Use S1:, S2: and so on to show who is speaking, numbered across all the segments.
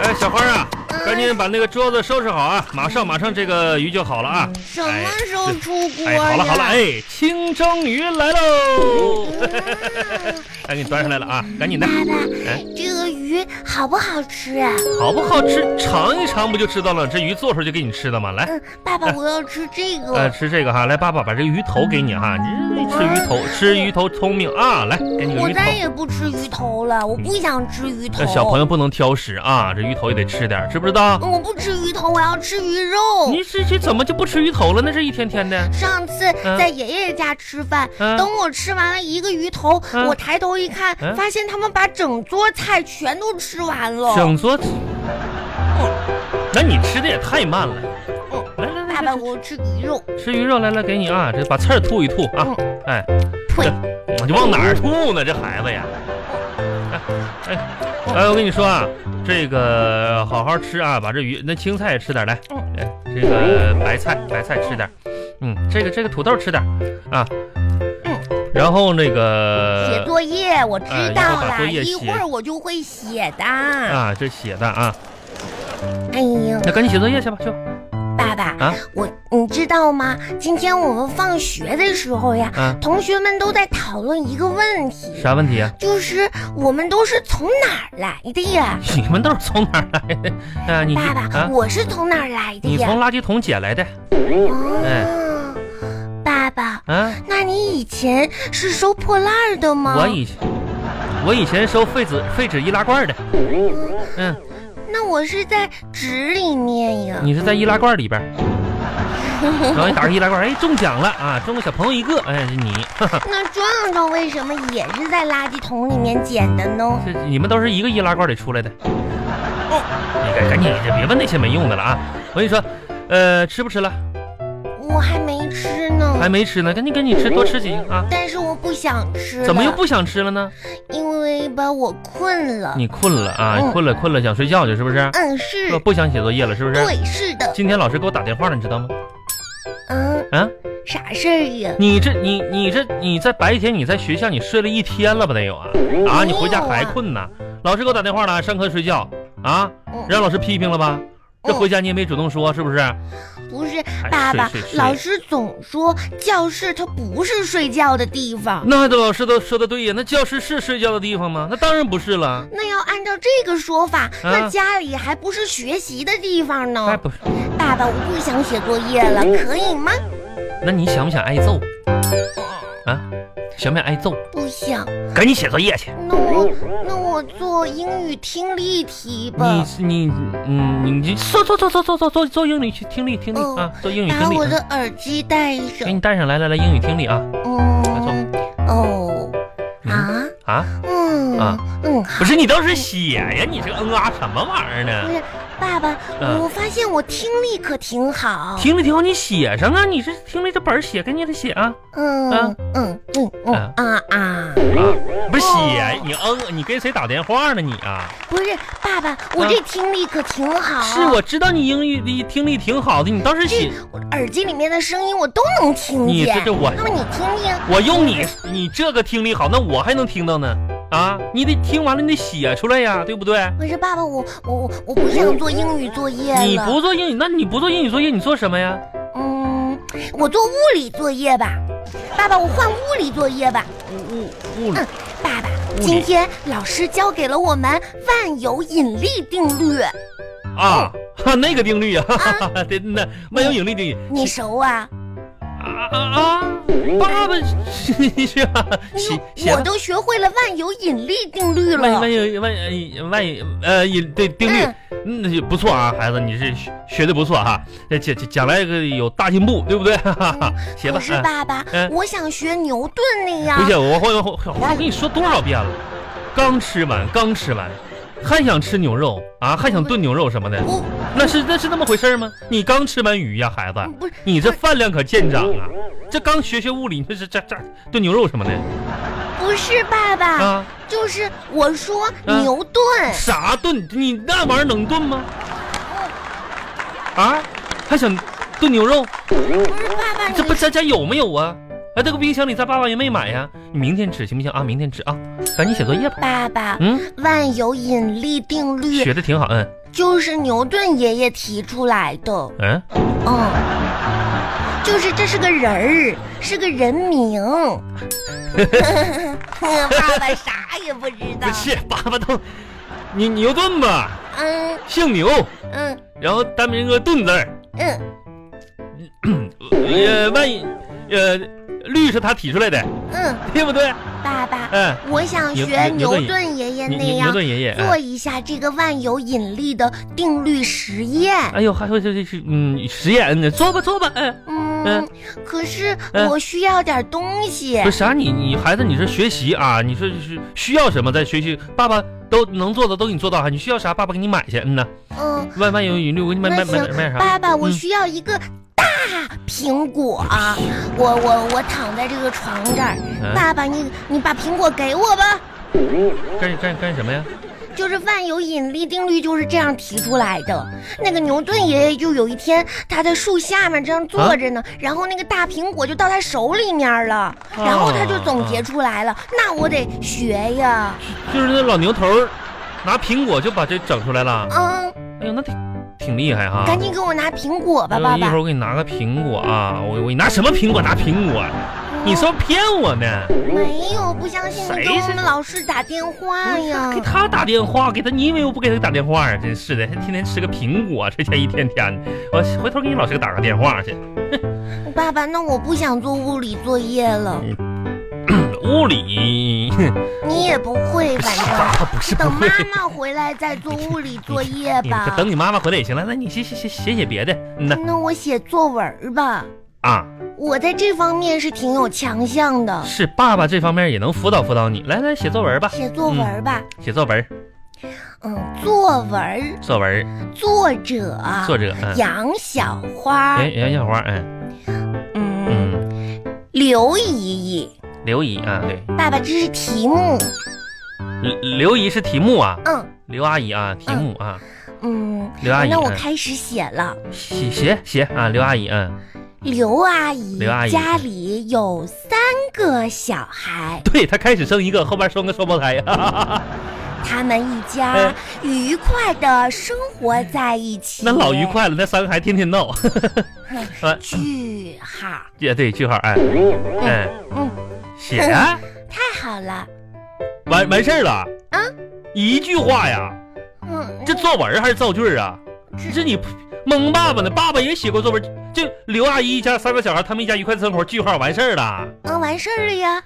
S1: 哎啊
S2: 嗯
S1: 把那个桌子收拾好啊，马上马上这个鱼就好了啊。
S2: 什么时候出锅
S1: 哎，
S2: 嗯呀？
S1: 好了好了，哎，清蒸鱼来喽！
S2: 嗯
S1: 哎，给你端上来了啊，赶紧的。
S2: 爸爸
S1: 哎，
S2: 这个鱼好不好吃啊？
S1: 好不好吃？尝一尝不就知道了？这鱼做出来就给你吃的嘛。来，
S2: 嗯，爸爸，我要吃这
S1: 呃，
S2: 个。
S1: 吃这个哈。来，爸爸把这个鱼头给你哈，你吃鱼头，吃鱼头聪明啊！来，给你个
S2: 我
S1: 鱼头。
S2: 再也不吃鱼头了，我不想吃鱼头
S1: 那。小朋友不能挑食啊，这鱼头也得吃点儿，知不知道？
S2: 嗯，我不吃鱼头，我要吃鱼肉。
S1: 你这这怎么就不吃鱼头了呢？这一天天的，
S2: 上次
S1: 嗯
S2: 在爷爷家吃饭，
S1: 嗯
S2: 等我吃完了一个鱼头，
S1: 嗯
S2: 我抬头一看，
S1: 嗯
S2: 发现他们把整桌菜全都吃完了。
S1: 整桌子，那你吃的也太慢了。来来来
S2: 爸
S1: 来
S2: 爸，，我吃鱼肉，
S1: 吃鱼肉来来给你啊，这把刺儿吐一吐啊，哎，
S2: 呸！
S1: 我就往哪儿吐呢？这孩子呀，哎哎哎，我跟你说啊，这个好好吃啊，把这鱼那青菜也吃点儿来，哎，这个白菜白菜吃点儿，嗯，这个这个土豆吃点儿啊，然后那
S2: 写
S1: 个
S2: 作业，我知
S1: 哎然后
S2: 道
S1: 把
S2: 啦，
S1: 作业
S2: 一
S1: 写
S2: 会儿我就会写的。
S1: 啊，这写的啊，
S2: 哎呀，
S1: 那赶紧写作业去吧，去吧
S2: 爸爸，
S1: 啊
S2: 我你知道吗？今天我们放学的时候呀，
S1: 啊，
S2: 同学们都在讨论一个问题，
S1: 啥问题啊？
S2: 就是我们都是从哪儿来的呀？
S1: 你们都是从哪儿来的？ 啊，你
S2: 爸爸，
S1: 啊，
S2: 我是从哪儿来的
S1: 你
S2: 呀？
S1: 从垃圾桶捡来的，哎
S2: 哦，爸爸，
S1: 啊。
S2: 那你以前是收破烂儿的吗？
S1: 我以前我以前收废纸废纸易拉罐的，嗯，
S2: 那我是在纸里面呀。
S1: 你是在易拉罐里边儿，然后你打开易拉罐，哎，中奖了啊，中个小朋友一个，哎，是你，哈哈，
S2: 那壮壮为什么也是在垃圾桶里面捡的呢？
S1: 这你们都是一个易拉罐里出来的，你赶赶紧，这别问那些没用的了啊，我跟你说。呃，吃不吃了？
S2: 我还没吃呢。
S1: 还没吃呢，赶紧赶紧吃，多吃几个啊！
S2: 但是我不想吃了，
S1: 怎么又？不想吃了呢？
S2: 因为吧，我困了。
S1: 你困了啊？
S2: 嗯
S1: 困了，困了，想睡觉去是不是？
S2: 嗯，是
S1: 说，呃不想写作业了是不是？
S2: 对，是的。
S1: 今天老师给我打电话了，你知道吗？
S2: 嗯，
S1: 啊，
S2: 啥事儿呀？
S1: 你这你你这你在白天你在学校你睡了一天了吧得有啊啊！你回家还困呢？老师给我打电话了，上课睡觉啊，
S2: 嗯
S1: 让老师批评了吧？这
S2: 嗯
S1: 回家你也没主动说是不是？
S2: 不是，
S1: 哎
S2: 爸爸
S1: 睡睡，睡
S2: 老师总说教室它不是睡觉的地方。
S1: 那这老师都说的对呀，那教室是睡觉的地方吗？那当然不是了。
S2: 那要按照这个说法，那家里还不是学习的地方
S1: 啊哎嗯
S2: 呢？
S1: 不是，
S2: 爸爸，我不想写作业了，可以吗？
S1: 那你想不想挨揍啊？想不想挨揍？
S2: 不想。
S1: 赶紧写作业去。
S2: 那我那我做英语听力题吧。
S1: 你你嗯，你你做做做做做做做做英语去听力听力
S2: 嗯
S1: 啊，做英语
S2: 把
S1: 听力
S2: 我的
S1: 啊，
S2: 耳机戴
S1: 给
S2: 上。
S1: 你带上来来来英语听力啊
S2: 嗯，哦，啊，
S1: 啊！
S2: 嗯，
S1: 啊
S2: 嗯，
S1: 不是你倒是写呀，你这个嗯啊什么玩意儿
S2: 不
S1: 呢？
S2: 是，爸爸，
S1: 嗯
S2: 我发现我听力可挺好。
S1: 听力挺好，你写上啊，你这听力这本儿写，赶紧得写啊！
S2: 嗯嗯嗯嗯
S1: 啊
S2: 啊啊！
S1: 不是
S2: 哦
S1: 写，你嗯，你跟谁打电话呢你啊？
S2: 不是，爸爸，我
S1: 啊
S2: 这听力可挺好。
S1: 是我知道你英语的听力挺好的，你倒是
S2: 啊这
S1: 写，
S2: 我耳机里面的声音我都能听
S1: 你
S2: 见
S1: 这。这我
S2: 那么你听啊听，
S1: 我用你你这个听力好，那我还能听到呢啊！你得听完了你得写出来呀，对不对？
S2: 不是爸爸，我我我我不想做英语作业了。
S1: 你不做英语，那你不做英语作业，你做什么呀？
S2: 嗯，我做物理作业吧。爸爸，我换物理作业吧。
S1: 物物物理
S2: 嗯，爸爸，
S1: 理
S2: 今天老师教给了我们万有引力定律，
S1: 啊， 哈那个定律啊， 哈哈哈对，那万有引力定律。
S2: 你熟啊？
S1: 啊啊啊！爸爸是是啊，写写
S2: 哎我都学会了万有引力定律
S1: 万
S2: 了。
S1: 万有万万呃也对定律，嗯，那不错啊，孩子，你是学学的不错哈，这将将来个有大进步，对不对？哈哈哈，写吧
S2: 可，是爸爸，
S1: 嗯
S2: 我想学牛顿那样
S1: 不。行，我花花花，我跟你说多少遍了，刚吃完，刚吃完，还想吃牛肉啊，还想炖牛肉什么的，
S2: 我
S1: 那是那是那么回事吗？你刚吃完鱼呀，孩子，
S2: 不是
S1: 你这饭量可见长啊，这刚学学物理，你这是这这炖牛肉什么的
S2: 不是爸爸，
S1: 啊。
S2: 就是我说
S1: 嗯
S2: 牛顿。
S1: 啥炖？你那玩意儿能炖吗？啊，还想炖牛肉？
S2: 不是爸爸，
S1: 这
S2: 你
S1: 不咱家有没有啊？哎，这个冰箱里咱爸爸也没买呀，你明天吃行不行啊？明天吃啊，赶紧写作业吧。
S2: 爸爸，
S1: 嗯，
S2: 万有引力定律
S1: 学的挺好，嗯
S2: 就是牛顿爷爷提出来的。
S1: 嗯，
S2: 嗯，就是这是个人儿，是个 人名。 爸爸啥也不知道
S1: 不。是爸爸都，你牛顿吧，
S2: 嗯
S1: 姓牛，
S2: 嗯
S1: 然后单名个顿字儿，
S2: 嗯
S1: 呃，万一呃律是他提出来的，
S2: 嗯，
S1: 对不对？
S2: 爸爸，
S1: 嗯，
S2: 我想
S1: 牛
S2: 学
S1: 牛
S2: 牛
S1: 顿
S2: 顿爷爷
S1: 牛
S2: 那
S1: 牛
S2: 样
S1: 顿爷爷，
S2: 做
S1: 哎
S2: 一下这个万有引力的定律实验。
S1: 哎呦，还会这这是嗯实验呢，做吧做吧，嗯，
S2: 嗯
S1: 嗯，
S2: 可是
S1: 嗯
S2: 我需要点东西
S1: 不。是啥你你孩子你是学习啊，你说是需要什么在学习，爸爸都能做的都给你做到啊，你需要啥爸爸给你买去，嗯呐，
S2: 嗯，
S1: 万万有引力我给你买买
S2: 那
S1: 买
S2: 行，
S1: 买买啥？
S2: 爸爸，我
S1: 嗯
S2: 需要一个大苹果。啊我我我躺在这个床这儿，
S1: 嗯
S2: 爸爸，你你把苹果给我吧。
S1: 干干干什么呀？
S2: 就是万有引力定律就是这样提出来的。那个牛顿爷爷就有一天他在树下面这样
S1: 啊
S2: 坐着呢，然后那个大苹果就到他手里面了，
S1: 哦
S2: 然后他就总结出来了，那我得学呀。
S1: 就是那老牛头儿拿苹果就把这整出来了，
S2: 嗯，
S1: 哎呦那挺挺厉害哈。
S2: 赶紧给我拿苹果吧，
S1: 哎呦
S2: 爸
S1: 一会
S2: 爸
S1: 儿。我给你拿个苹果啊！我我你拿什么苹果？拿苹果？你说骗我呢？
S2: 嗯没有，不相信你
S1: 谁
S2: 给我
S1: 是
S2: 们老师打电话哎呀
S1: 给。他打电话，给他，你以为我不给他打电话啊？真是的，还天天吃个苹果，这家一天天的。我回头给你老师打个电话去。
S2: 爸爸，那我不想做物理作业了，
S1: 物理，
S2: 你也不会，反正。
S1: 爸不是不
S2: 等妈
S1: 会。
S2: 妈回来再做物理作业
S1: 你
S2: 吧。
S1: 等你妈妈回来也行了，那你写写写写写别的，嗯呐
S2: 那我写作文儿吧，
S1: 啊，
S2: 我在这方面是挺有强项的。
S1: 是爸爸这方面也能辅导辅导你。来来，写作文吧，
S2: 写作文儿吧，
S1: 写作文，
S2: 嗯，作文儿
S1: 作文，
S2: 作者
S1: 作者，嗯，
S2: 杨小花，
S1: 哎，杨小花，嗯
S2: 嗯，
S1: 嗯，
S2: 刘姨姨，
S1: 刘姨啊，对，
S2: 爸爸这是题目，
S1: 刘刘姨是题目啊，
S2: 嗯
S1: 刘阿姨啊，题目啊，
S2: 嗯，
S1: 刘阿姨
S2: 那我
S1: 嗯
S2: 开始写了。
S1: 写写写啊，刘阿姨，嗯，
S2: 刘阿姨
S1: 刘阿姨嗯
S2: 家里有三个小孩，
S1: 对她开始生一个，后边生个双胞胎， 哈哈哈哈
S2: 他们一家
S1: 哎
S2: 愉快的生活在一起。
S1: 那老愉，快了，那三个还天天闹， 啊，
S2: 句号，
S1: 也对，句号，哎，哎，
S2: 嗯，
S1: 写啊，
S2: 太好了，
S1: 完完事儿了
S2: 啊，
S1: 一句话呀，
S2: 嗯，
S1: 这作文还是造句儿啊？这你蒙爸爸呢？爸爸也写过作文，这刘阿姨一家三个小孩，他们一家愉快生活，句号完事儿了。
S2: 嗯，完事儿了呀。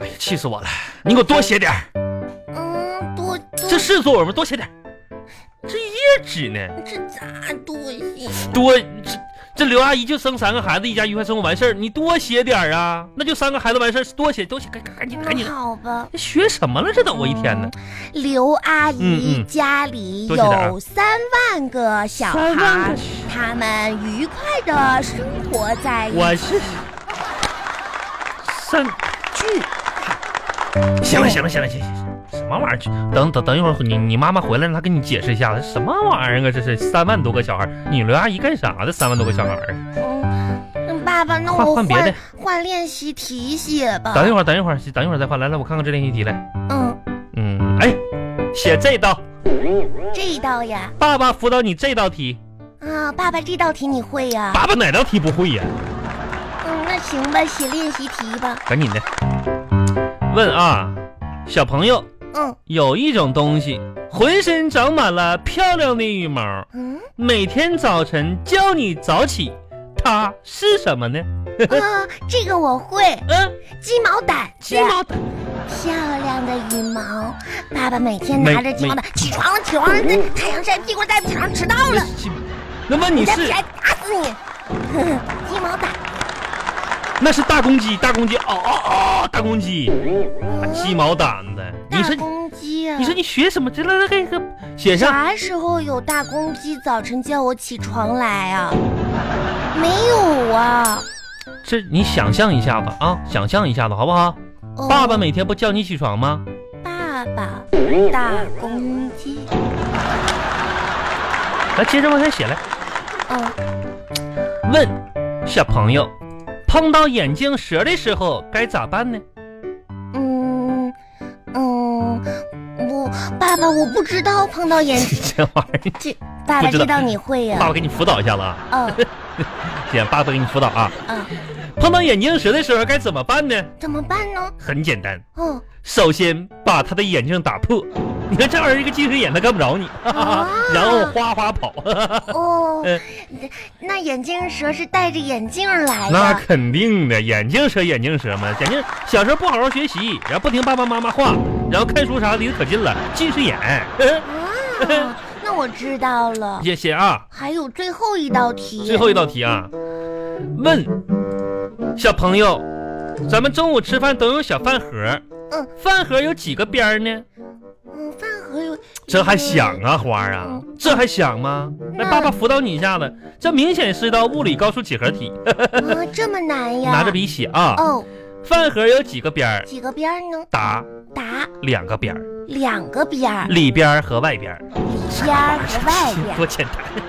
S1: 哎呀，气死我了！你给我多写点儿，
S2: 嗯，多多
S1: 这是作文吗？多写点儿，这一页纸呢。
S2: 这咋多些？
S1: 多这这刘阿姨就生三个孩子，一家愉快生活完事儿，你多写点儿啊，那就三个孩子完事儿，多写多写，赶赶赶紧赶紧
S2: 那，啊好吧，
S1: 这学什么了？这都我一天呢，
S2: 刘阿姨
S1: 嗯嗯
S2: 家里
S1: 多写点
S2: 有
S1: 啊
S2: 三万个小
S1: 三万
S2: 孩
S1: 个小，
S2: 他们愉快的生活在一
S1: 我是三
S2: 句。
S1: 行了行了行了行行行，什么玩意儿？等等等一会儿，你你妈妈回来让她跟你解释一下，什么玩意儿啊？这是三万多个小孩儿，你刘阿姨干啥的？三万多个小孩儿，
S2: 嗯，那爸爸，那
S1: 换
S2: 我
S1: 换别
S2: 换
S1: 的
S2: 换练习题写吧。
S1: 等一会儿等一会儿等一会儿再换，来来我看看这练习题来，
S2: 嗯，
S1: 嗯，哎，写这道，
S2: 这一道呀，
S1: 爸爸辅导你这道题，
S2: 啊，爸爸这道题你会呀？
S1: 爸爸哪道题不会呀、
S2: 嗯，那行吧，写练习题吧。
S1: 赶紧的。问啊，小朋友，
S2: 嗯
S1: 有一种东西，浑身长满了漂亮的羽毛，
S2: 嗯
S1: 每天早晨教你早起，它是什么呢？
S2: 啊，这个我会，
S1: 嗯，
S2: 鸡毛掸子
S1: 鸡，毛掸。
S2: 漂亮的羽毛。爸爸每天
S1: 没
S2: 拿着鸡毛掸，起床了，起床
S1: 哦
S2: 了，太阳晒屁股，在起床迟到了，
S1: 鸡那么你
S2: 你再不
S1: 是
S2: 起来打死你！ 哼哼鸡毛掸，
S1: 那是大公鸡，大公鸡，哦哦哦，大公鸡，啊鸡毛掸子。你
S2: 大
S1: 说
S2: 公鸡啊
S1: 你！说你学什么？这来来给给写上。
S2: 啥时候有大公鸡早晨叫我起床来啊？没有啊。
S1: 这你想象一下子啊，想象一下子好不好？
S2: 哦
S1: 爸爸每天不叫你起床吗？
S2: 爸爸，大公鸡，
S1: 来，接着往下写来。
S2: 嗯
S1: 问小朋友，碰到眼镜蛇的时候该咋办呢？
S2: 嗯嗯，我爸爸我不知道碰到眼镜，
S1: 这玩意儿，
S2: 这爸爸
S1: 不知道
S2: 知道你会
S1: 爸
S2: 呀、
S1: 爸给你辅导一下子啊，
S2: 啊。哦
S1: 姐，爸爸给你辅导啊。
S2: 啊，
S1: 碰到眼镜蛇的时候该怎么办呢？
S2: 怎么办呢？
S1: 很简单，
S2: 哦，
S1: 首先把他的眼镜打破。你看这玩意儿一个近视眼，他干不着你，哈哈哈
S2: 啊
S1: 然后哗哗跑。
S2: 哦
S1: 呃，
S2: 那眼镜蛇是戴着眼镜来
S1: 那
S2: 的，
S1: 肯定的，眼镜蛇眼镜蛇嘛，眼镜小时候不好好学习，然后不听爸爸妈妈话，然后看书啥离得可近了，近视眼。
S2: 啊，那我知 道了。
S1: 谢谢啊，
S2: 还有最后一道题，
S1: 最后一道题啊，问小朋友，咱们中午吃饭都有小饭盒，
S2: 嗯
S1: 饭盒有几个边儿呢？
S2: 嗯，饭盒有，
S1: 这还想啊，花儿啊，
S2: 嗯
S1: 这还想吗？来，爸爸辅导你一下子，这明显是一道物理高数几何题。
S2: 啊，这么难 呀？
S1: 拿着笔写啊，
S2: 哦，
S1: 饭盒有几个边儿？
S2: 几个边儿呢？
S1: 答
S2: 答
S1: 两个边儿，
S2: 两个边儿，
S1: 里边儿和外边儿。
S2: 啊里边儿和外边 儿。
S1: 多简单。